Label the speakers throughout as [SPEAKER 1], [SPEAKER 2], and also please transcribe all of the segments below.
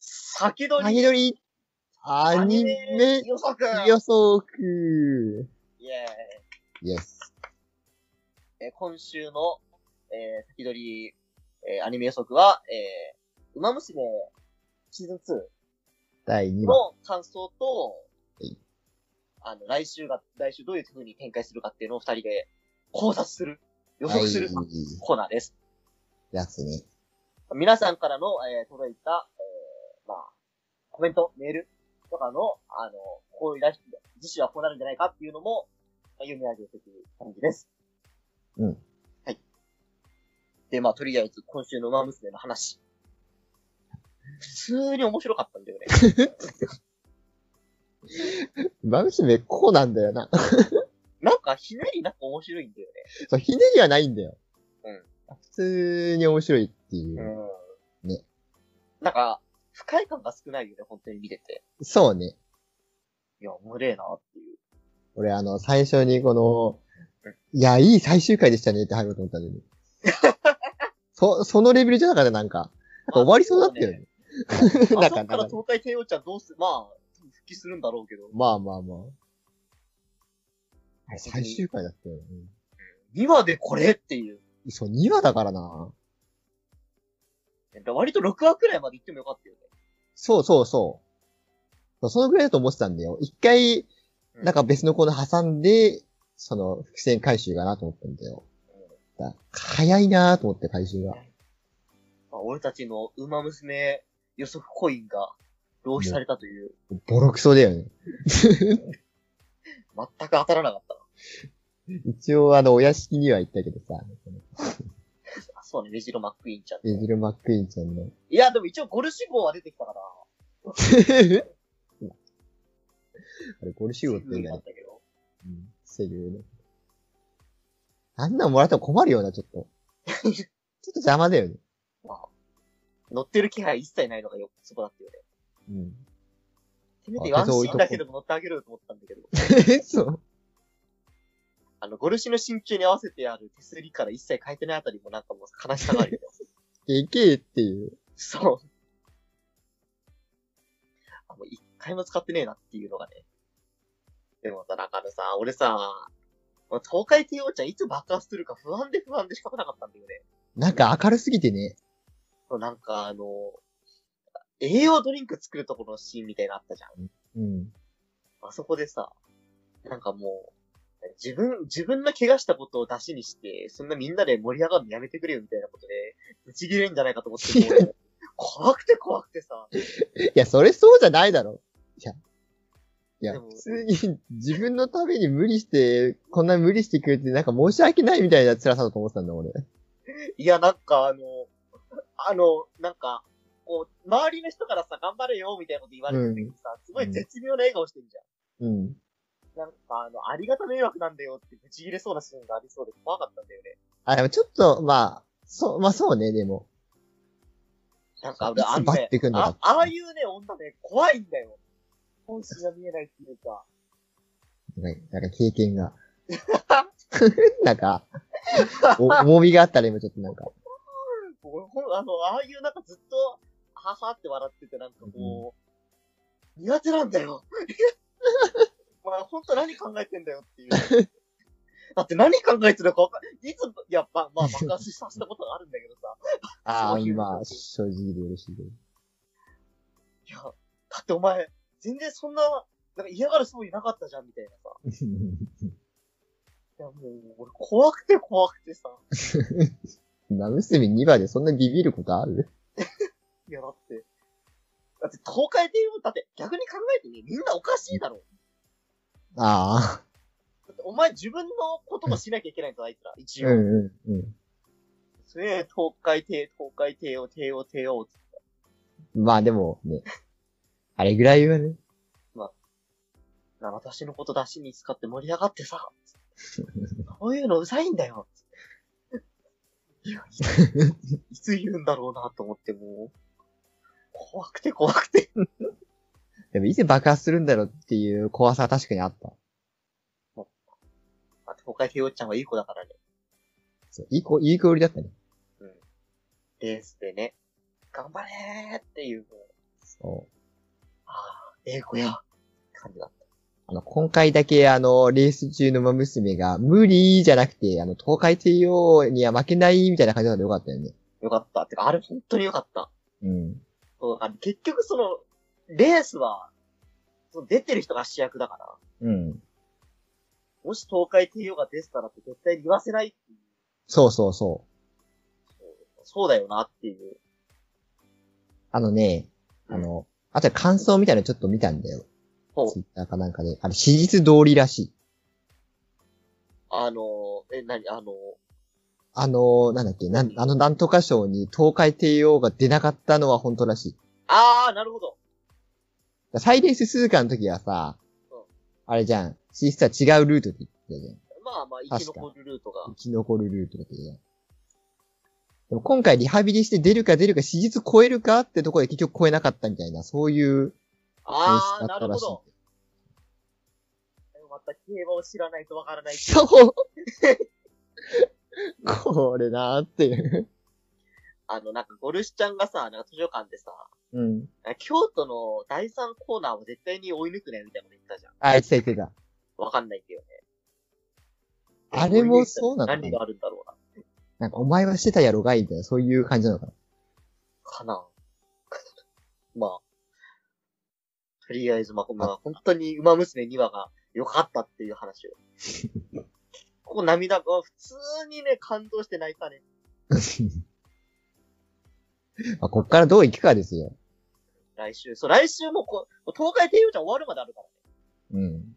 [SPEAKER 1] 先取
[SPEAKER 2] 先
[SPEAKER 1] り
[SPEAKER 2] 取りアニメ
[SPEAKER 1] 予測
[SPEAKER 2] 予測
[SPEAKER 1] イエ
[SPEAKER 2] イエス。
[SPEAKER 1] ーイえー今週の、えー、先取り、えーアニメ予測は、えー、ウマ娘シーズン
[SPEAKER 2] 第2
[SPEAKER 1] 2
[SPEAKER 2] 話。
[SPEAKER 1] の感想と
[SPEAKER 2] い、
[SPEAKER 1] あの、来週が、来週どういう風に展開するかっていうのを二人で考察する、予測する
[SPEAKER 2] はい
[SPEAKER 1] コーナーです。
[SPEAKER 2] やつね。
[SPEAKER 1] 皆さんからの、えー届いた、えーまあ、コメント、メールとかの、あの、こういうらし、次週はこうなるんじゃないかっていうのも、まあ読み上げていく感じです。
[SPEAKER 2] うん。
[SPEAKER 1] はい。で、まあ、とりあえず、今週の馬娘の話。普通に面白かったんだよね。
[SPEAKER 2] 馬娘、こうなんだよな。
[SPEAKER 1] なんか、ひねりなんか面白いんだよ
[SPEAKER 2] そう、ひねりはないんだよ。
[SPEAKER 1] うん
[SPEAKER 2] 普通に面白いっていう。
[SPEAKER 1] ね。うん
[SPEAKER 2] ね。
[SPEAKER 1] なんか、不快感が少ないよね、本当に見てて。
[SPEAKER 2] そうね。
[SPEAKER 1] いや、おもれえなっていう。
[SPEAKER 2] 俺、あの、最初にこの、いや、いい最終回でしたねって入ろうと思ったのに。 そ、そのレベルじゃなかった、なんか。なんか終わりそうだったよね。
[SPEAKER 1] あ
[SPEAKER 2] なん
[SPEAKER 1] そ
[SPEAKER 2] か
[SPEAKER 1] こから
[SPEAKER 2] なんか
[SPEAKER 1] 東海帝王ちゃんどうす、まあ、復帰するんだろうけど。
[SPEAKER 2] まあまあまあ。
[SPEAKER 1] い
[SPEAKER 2] 最終回だったよね。
[SPEAKER 1] 2話でこれっていう。
[SPEAKER 2] そう、2話だからな。
[SPEAKER 1] 割と6話くらいまで行ってもよかったよね。
[SPEAKER 2] そうそうそう。そのぐらいだと思ってたんだよ。一
[SPEAKER 1] う
[SPEAKER 2] 回、
[SPEAKER 1] ん
[SPEAKER 2] なんか別のコーナー挟んで、その、伏線回収かなと思ったんだよ。だ早いなと思って回収が。
[SPEAKER 1] まあ、俺たちの馬娘予測コインが浪費されたという、
[SPEAKER 2] ボロクソだよね。
[SPEAKER 1] 全く当たらなかったな。
[SPEAKER 2] 一応、あの、お屋敷には行ったけどさ、この
[SPEAKER 1] あそうね、メジロマックイーンちゃん。
[SPEAKER 2] エジル・マックイーンち ゃんの。
[SPEAKER 1] いや、でも一応ゴルシゴは出てきたから、
[SPEAKER 2] あれ、ゴルシゴって言うんだ
[SPEAKER 1] だっ
[SPEAKER 2] よ。
[SPEAKER 1] たけど。
[SPEAKER 2] うん。セリフね。あんなんもらっても困るよな、ちょっ と。ちょっと邪魔だよね。
[SPEAKER 1] 乗ってる気配一切ないのがよ、そこだったよね。
[SPEAKER 2] うん。
[SPEAKER 1] せめてワンシーンだけでも乗ってあげると思ったんだけど、
[SPEAKER 2] そう。
[SPEAKER 1] あの、ゴルシの身長に合わせてある手すりから一切変えてないあたりもなんかもう悲しさがあるよね。
[SPEAKER 2] でけえっていう。
[SPEAKER 1] そう。あ、もう一回も使ってねえなっていうのがね。でもさ、だからさ、俺さ、もう東海帝王ちゃんいつ爆発するか不安で不安で仕方なかったんだよね。
[SPEAKER 2] なんか明るすぎてね。
[SPEAKER 1] そうなんかあの、栄養ドリンク作るところのシーンみたいなのあったじゃん。
[SPEAKER 2] うん。
[SPEAKER 1] あそこでさ、なんかもう、自分、自分の怪我したことを出しにして、そんなみんなで盛り上がるのやめてくれよみたいなことで、ぶち切れるんじゃないかと思ってもう、怖くて怖くてさ、
[SPEAKER 2] いや、それそうじゃないだろ。いや。いや、
[SPEAKER 1] でも
[SPEAKER 2] 普通に自分のために無理して、こんな無理してくれて、なんか申し訳ないみたいな辛さだと思ってたんだ、俺。
[SPEAKER 1] いや、なんか、あの、あの、なんか、こう、周りの人からさ、頑張れよ、みたいなこと言われてる時にさ、すごい絶妙な笑顔してんじ
[SPEAKER 2] うん。
[SPEAKER 1] ゃん。なんか、あの、ありがた迷惑なんだよって、ぶち切れそうなシーンがありそうで怖かったんだよね。
[SPEAKER 2] あ、でもちょっと、まあ、そう、まあそうね、でも。
[SPEAKER 1] なんか、
[SPEAKER 2] いつ
[SPEAKER 1] あの
[SPEAKER 2] バ
[SPEAKER 1] ね
[SPEAKER 2] ッてくんのか
[SPEAKER 1] あ、ああいうね、女ね、怖いんだよ。本心が見えないっていうか。
[SPEAKER 2] なんか、なんか経験が。 なんか、 お重みがあったら今ちょっとなんか、
[SPEAKER 1] 俺ほんあの、ああいうなんかずっと、ははって笑ってて、なんかこう、苦手なんだよ。 お前ほんと何考えてんだよ っていう。だって何考えてるのかわかんいつ、いや、まあ、まあ、爆発させたことがあるんだけどさ。
[SPEAKER 2] ああ、
[SPEAKER 1] そういう
[SPEAKER 2] まあ、正直でよろしいです。
[SPEAKER 1] いや、だってお前、全然そんな、なんか嫌がる素振りなかったじゃん、みたいなさ。いや、もう、俺怖くて怖くてさ。
[SPEAKER 2] 馬娘2話でそんなビビることある
[SPEAKER 1] いや、だって。だって、東海帝王、だって逆に考えてね、みんなおかしいだろ。
[SPEAKER 2] ああ。
[SPEAKER 1] だってお前自分のこともしなきゃいけないんだ、あいつら。一
[SPEAKER 2] う
[SPEAKER 1] 応。
[SPEAKER 2] んうんうん。
[SPEAKER 1] すげえ、東海帝、東海帝王、帝王、帝王。
[SPEAKER 2] まあでもね、あれぐらいはね、
[SPEAKER 1] な私のこと出しに使って盛り上がってさ。こういうのうざいんだよ。いや、いついつ言うんだろうなと思って、もう。怖くて怖くて。
[SPEAKER 2] でもいつ爆発するんだろうっていう怖さは確かにあった。
[SPEAKER 1] あ東海帝王ちゃんはいい子だからね。
[SPEAKER 2] そう、いい子、いい子売りだったね。
[SPEAKER 1] レースでね、頑張れーっていう、
[SPEAKER 2] そう
[SPEAKER 1] 英語や。感じだっ
[SPEAKER 2] あの、今回だけ、あの、レース中の馬娘が、無理じゃなくて、あの、東海帝王には負けない、みたいな感じなのでよかったよね。
[SPEAKER 1] た。よかった。てか、あれ本当によかった。
[SPEAKER 2] うん。
[SPEAKER 1] そう、あの結局その、レースは、その出てる人が主役だから、
[SPEAKER 2] うん。
[SPEAKER 1] もし東海帝王が出てたらって絶対に言わせないっていう、
[SPEAKER 2] そうそうそう。
[SPEAKER 1] そうだよなっていう。
[SPEAKER 2] あのね、あの、あと感想みたいなのちょっと見たんだよ。
[SPEAKER 1] ほう
[SPEAKER 2] ツイッターかなんかで。あの、史実通りらしい。
[SPEAKER 1] あの、え、なに、あの、
[SPEAKER 2] あの、なんだっけ、なん、あの、なんとか賞に東海帝王が出なかったのは本当らしい。
[SPEAKER 1] あー、なるほど。
[SPEAKER 2] サイレンス鈴鹿の時はさ
[SPEAKER 1] うん、
[SPEAKER 2] あれじゃん。実は違うルートで行ってたじゃん。
[SPEAKER 1] まあまあ、生き残るルートが
[SPEAKER 2] 生。き残るルートだけどね。でも今回リハビリして出るか出るか、史実超えるかってところで結局超えなかったみたいな、そういう演
[SPEAKER 1] あ
[SPEAKER 2] 出
[SPEAKER 1] ー、
[SPEAKER 2] だ
[SPEAKER 1] な
[SPEAKER 2] った
[SPEAKER 1] る
[SPEAKER 2] ら
[SPEAKER 1] ほ
[SPEAKER 2] し
[SPEAKER 1] ど。
[SPEAKER 2] い。
[SPEAKER 1] また競馬を知らないとわからない。
[SPEAKER 2] そう これなーっていう。
[SPEAKER 1] あの、なんか、ゴルシちゃんがさ、なんか図書館でさ、
[SPEAKER 2] うん。
[SPEAKER 1] 京都の第3コーナーを絶対に追い抜くね、みたいなこと言ってたじゃん。
[SPEAKER 2] あ、言ってた言ってた。
[SPEAKER 1] わかんないけどね。
[SPEAKER 2] あれもそうなのかな
[SPEAKER 1] 何があるんだろうな。
[SPEAKER 2] なんかお前はしてたやろがいみたいな、そういう感じなのかな。
[SPEAKER 1] かな。 まあ。とりあえず、まあ、まあ、本当に、馬娘2話が良かったっていう話を。 ここ涙が普通にね、感動して泣いたね。
[SPEAKER 2] まあ、こっからどう行くかですよ。
[SPEAKER 1] 来週。そう、来週もこう、東海帝王ちゃん終わるまであるからね。
[SPEAKER 2] うん。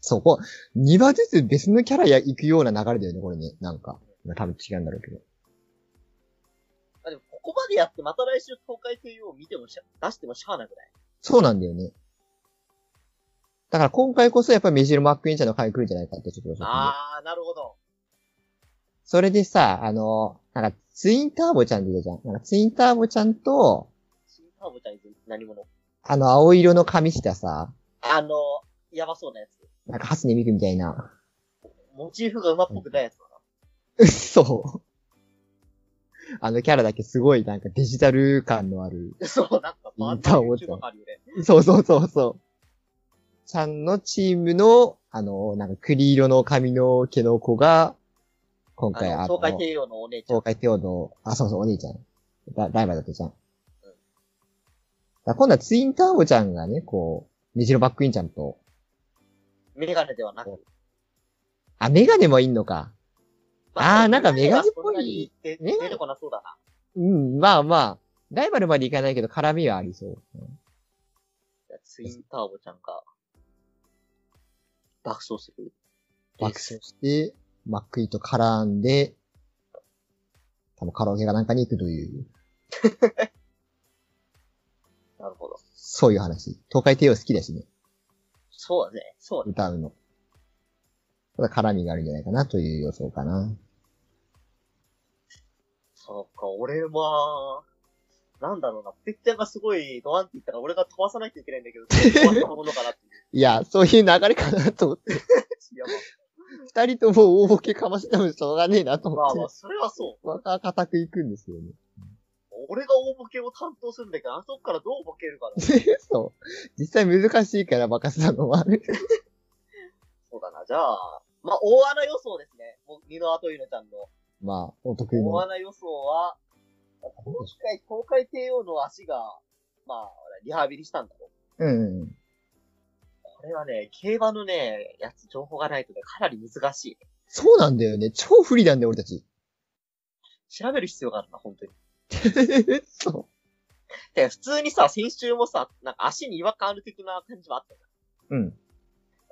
[SPEAKER 2] そこ、2話ずつ別のキャラや行くような流れだよね、これね。なんか。まあ多分違うんだろうけど。
[SPEAKER 1] あでも、ここまでやって、また来週東海帝王を見てもしゃ、出してもしゃあなくない
[SPEAKER 2] そうなんだよね。だから今回こそやっぱりメジル・マックイーンちゃんの回来るんじゃないかってちょっと予想してる
[SPEAKER 1] あー、なるほど。
[SPEAKER 2] それでさ、あの、なんかツインターボちゃんでいたじゃん。なんかツインターボちゃんと、
[SPEAKER 1] 新ターボちゃんいつ何者
[SPEAKER 2] あの青色の髪したさ、
[SPEAKER 1] あの、やばそうなやつ。
[SPEAKER 2] なんかハスネミクみたいな。
[SPEAKER 1] モチーフが馬っぽくないやつだな。
[SPEAKER 2] 嘘。あのキャラだけすごいなんかデジタル感のある。
[SPEAKER 1] そう、なんか、バーチャル YouTuber があるよね。
[SPEAKER 2] そうそうそうそう。ちゃんのチームの、あの、なんか栗色の髪の毛の子が、今回
[SPEAKER 1] あの、
[SPEAKER 2] あ
[SPEAKER 1] 東海
[SPEAKER 2] の、
[SPEAKER 1] 帝王のお姉ちゃん。
[SPEAKER 2] 東海帝王の、あ、そうそう、お兄ちゃん。だライバルだったじゃん。だから今度はツインターボちゃんがね、こう、虹のバックインちゃんと、
[SPEAKER 1] メガネではなく。
[SPEAKER 2] あ、メガネもいんのか。あーなんかメガネっぽい
[SPEAKER 1] そんなに出
[SPEAKER 2] メガネ
[SPEAKER 1] 出てこなそうだな。
[SPEAKER 2] うん、まあまあ、ライバルまでいかないけど絡みはありそう。うん
[SPEAKER 1] じゃあツインターボちゃんが、爆走してくる。
[SPEAKER 2] 爆走して、マックインと絡んで、多分カラオケかなんかに行くという、
[SPEAKER 1] なるほど。
[SPEAKER 2] そういう話。東海帝王好きだしね、
[SPEAKER 1] そうだね。そうだね。
[SPEAKER 2] 歌うの。ただ絡みがあるんじゃないかなという予想かな。
[SPEAKER 1] そうか、俺は、なんだろうな。てっちゃんがすごいドアンって言ったから、俺が飛ばさないといけないんだけ ど、飛ばしたものかなっていう。
[SPEAKER 2] いや、そういう流れかなと思って
[SPEAKER 1] いや、ま
[SPEAKER 2] 二人とも大ボケかましてもしょうがねえなと
[SPEAKER 1] あ、ま
[SPEAKER 2] 思
[SPEAKER 1] あま
[SPEAKER 2] っ
[SPEAKER 1] あ、それはそ
[SPEAKER 2] て。また固く行くんですよね。
[SPEAKER 1] う。俺が大ボケを担当するんだけど、あそこからどうボケるかな。
[SPEAKER 2] そう。実際難しいからバカすなのもある。
[SPEAKER 1] そうだな。じゃあ、まあ、大穴予想ですね。もう、ニノアトイノちゃんの。
[SPEAKER 2] まあ、お得意
[SPEAKER 1] 大
[SPEAKER 2] の。
[SPEAKER 1] 穴予想は、今回、東海帝王の足が、まあ、リハビリしたんだろう。
[SPEAKER 2] うんうん。
[SPEAKER 1] これはね、競馬のね、やつ、情報がないとね、かなり難しい。
[SPEAKER 2] そうなんだよね。超不利なんだよ、俺たち。
[SPEAKER 1] 調べる必要があるな、本当に。
[SPEAKER 2] そ
[SPEAKER 1] で、普通にさ、先週もさ、なんか足に違和感ある的な感じもあったじゃん。
[SPEAKER 2] う。うん。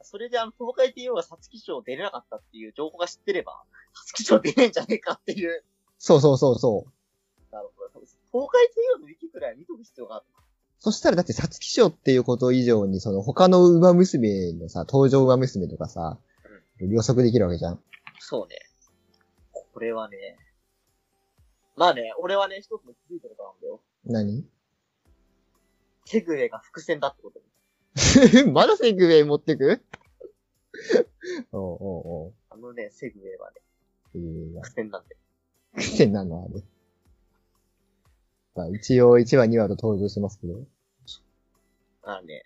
[SPEAKER 1] それであの、東海帝王が皐月賞出れなかったっていう情報が知ってれば、皐月賞出ねえんじゃねえかっていう。
[SPEAKER 2] そうそうそうそう。
[SPEAKER 1] なるほど。東海帝王の息くらい見とく必要がある。
[SPEAKER 2] そしたらだって、皐月賞っていうこと以上に、その他の馬娘のさ、登場馬娘とかさ、予測できるわけじゃん。
[SPEAKER 1] そうね。これはね、まあね、俺はね、一つの気づいたことなんだよ。
[SPEAKER 2] 何
[SPEAKER 1] セグウェイが伏線だってことに。
[SPEAKER 2] まだセグウェイ持ってくおうおうおう。
[SPEAKER 1] あのね、セグウェイはね、
[SPEAKER 2] っていう
[SPEAKER 1] 伏線なんで。
[SPEAKER 2] 癖なのあれ。まあ一応1話2話と登場してますけど。
[SPEAKER 1] あのね、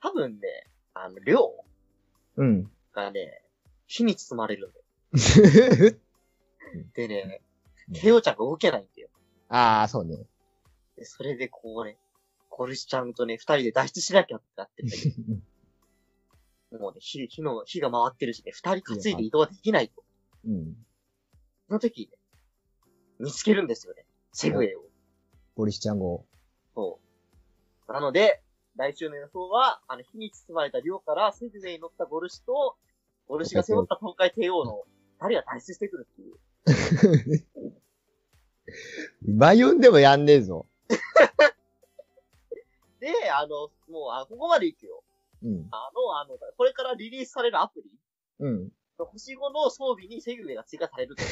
[SPEAKER 1] 多分ね、あの、量
[SPEAKER 2] うん。
[SPEAKER 1] がね、火に包まれるんだよ。でね
[SPEAKER 2] うん、
[SPEAKER 1] ケオちゃんが動けないんだよ。
[SPEAKER 2] ああ、そうね。
[SPEAKER 1] で、それでこうね、ゴルシちゃんとね、二人で脱出しなきゃってなってんだけど、 もうね、火、火の、火が回ってるしね、二人担いで移動はできないと。
[SPEAKER 2] うん。
[SPEAKER 1] その時ね、見つけるんですよね。セグウェイを。
[SPEAKER 2] ボリシちゃん号。
[SPEAKER 1] そう。なので、来週の予想は、あの、火に包まれた量からセグウェイに乗ったゴルシと、ゴルシが背負った東海帝王の二人が脱出してくるっていう。
[SPEAKER 2] 今読んでもやんねえぞ。
[SPEAKER 1] で、あの、もう、あここまで行くよ。
[SPEAKER 2] うん。
[SPEAKER 1] あの、あの、これからリリースされるアプリ
[SPEAKER 2] うん。
[SPEAKER 1] 星5の装備にセグウェイが追加されると。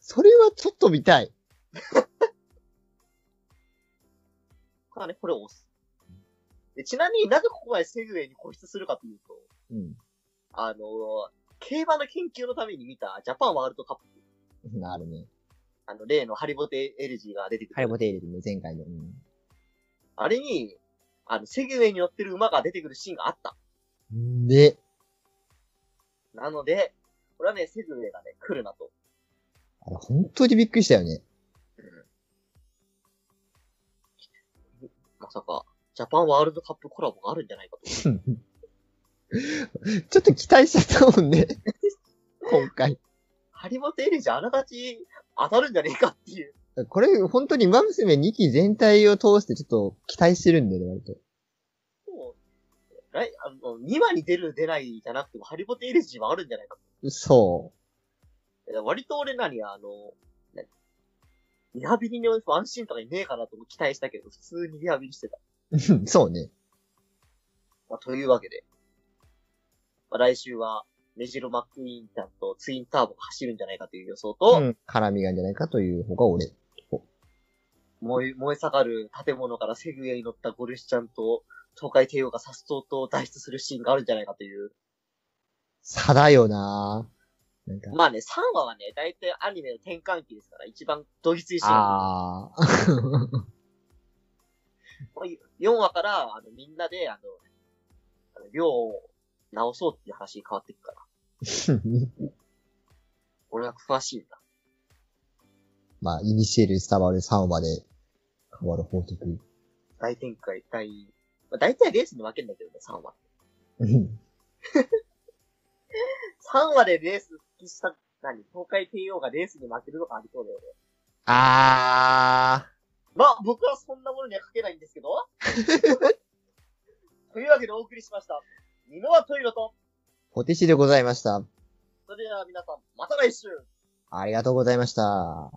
[SPEAKER 2] それはちょっと見たい。
[SPEAKER 1] からね、これを押す。でちなみになぜここまでセグウェイに固執するかというと、
[SPEAKER 2] うん。
[SPEAKER 1] あのー競馬の研究のために見たジャパンワールドカップ、
[SPEAKER 2] あるね。
[SPEAKER 1] あの、例のハリボテエルジーが出てくる。
[SPEAKER 2] ハイボテイルでね、前回の。うん。
[SPEAKER 1] あれに、あの、セグウェイに乗ってる馬が出てくるシーンがあった。
[SPEAKER 2] で、
[SPEAKER 1] なので、これはね、セグウェイがね、来るなと。
[SPEAKER 2] あれ本当にびっくりしたよね。
[SPEAKER 1] まさか、ジャパンワールドカップコラボがあるんじゃないかと。
[SPEAKER 2] ちょっと期待しちゃったも んね。今回。
[SPEAKER 1] ハリボテエルジーあながち当たるんじゃねえかっていう。
[SPEAKER 2] これ本当に馬娘2期全体を通してちょっと期待してるんだよね、割と。
[SPEAKER 1] もう、来、あの、2話に出る出ないじゃなくても、ハリボテエルジーはあるんじゃないか
[SPEAKER 2] そ
[SPEAKER 1] いや割と俺なに、あの、何リハビリにワンシーンとかいねえかなとも期待したけど、普通にリハビリしてた。
[SPEAKER 2] う。そうね。
[SPEAKER 1] まあ、というわけで。まあ、来週は、メジロマックイーンちゃんとツインターボが走るんじゃないかという予想と、
[SPEAKER 2] うん。絡みがんじゃないかという方が俺。
[SPEAKER 1] 燃え、燃え盛る建物からセグウェイに乗ったゴルシちゃんと、東海帝王が颯爽と脱出するシーンがあるんじゃないかという。
[SPEAKER 2] 差だよなぁ。なんか、
[SPEAKER 1] まあね、3話はね、だいたいアニメの転換期ですから、一番ドギツいシーン。
[SPEAKER 2] ああ。
[SPEAKER 1] 4話から、あの、みんなで、あの、あの量を直そうっていう話に変わっていくから。俺は詳しいんだ。
[SPEAKER 2] まあ、イニシエルに伝わる3話で変わる法則。
[SPEAKER 1] 大展開、大、まあ、大体レースに分けるんだけどね、3話。3話でレース復帰した、何東海帝王がレースに負けるのがありそうだよね。
[SPEAKER 2] あ
[SPEAKER 1] まあ、僕はそんなものにはかけないんですけど。というわけでお送りしました。二のはトイロと、
[SPEAKER 2] ー。ポテチでございました。
[SPEAKER 1] それでは皆さん、また来週
[SPEAKER 2] ありがとうございました。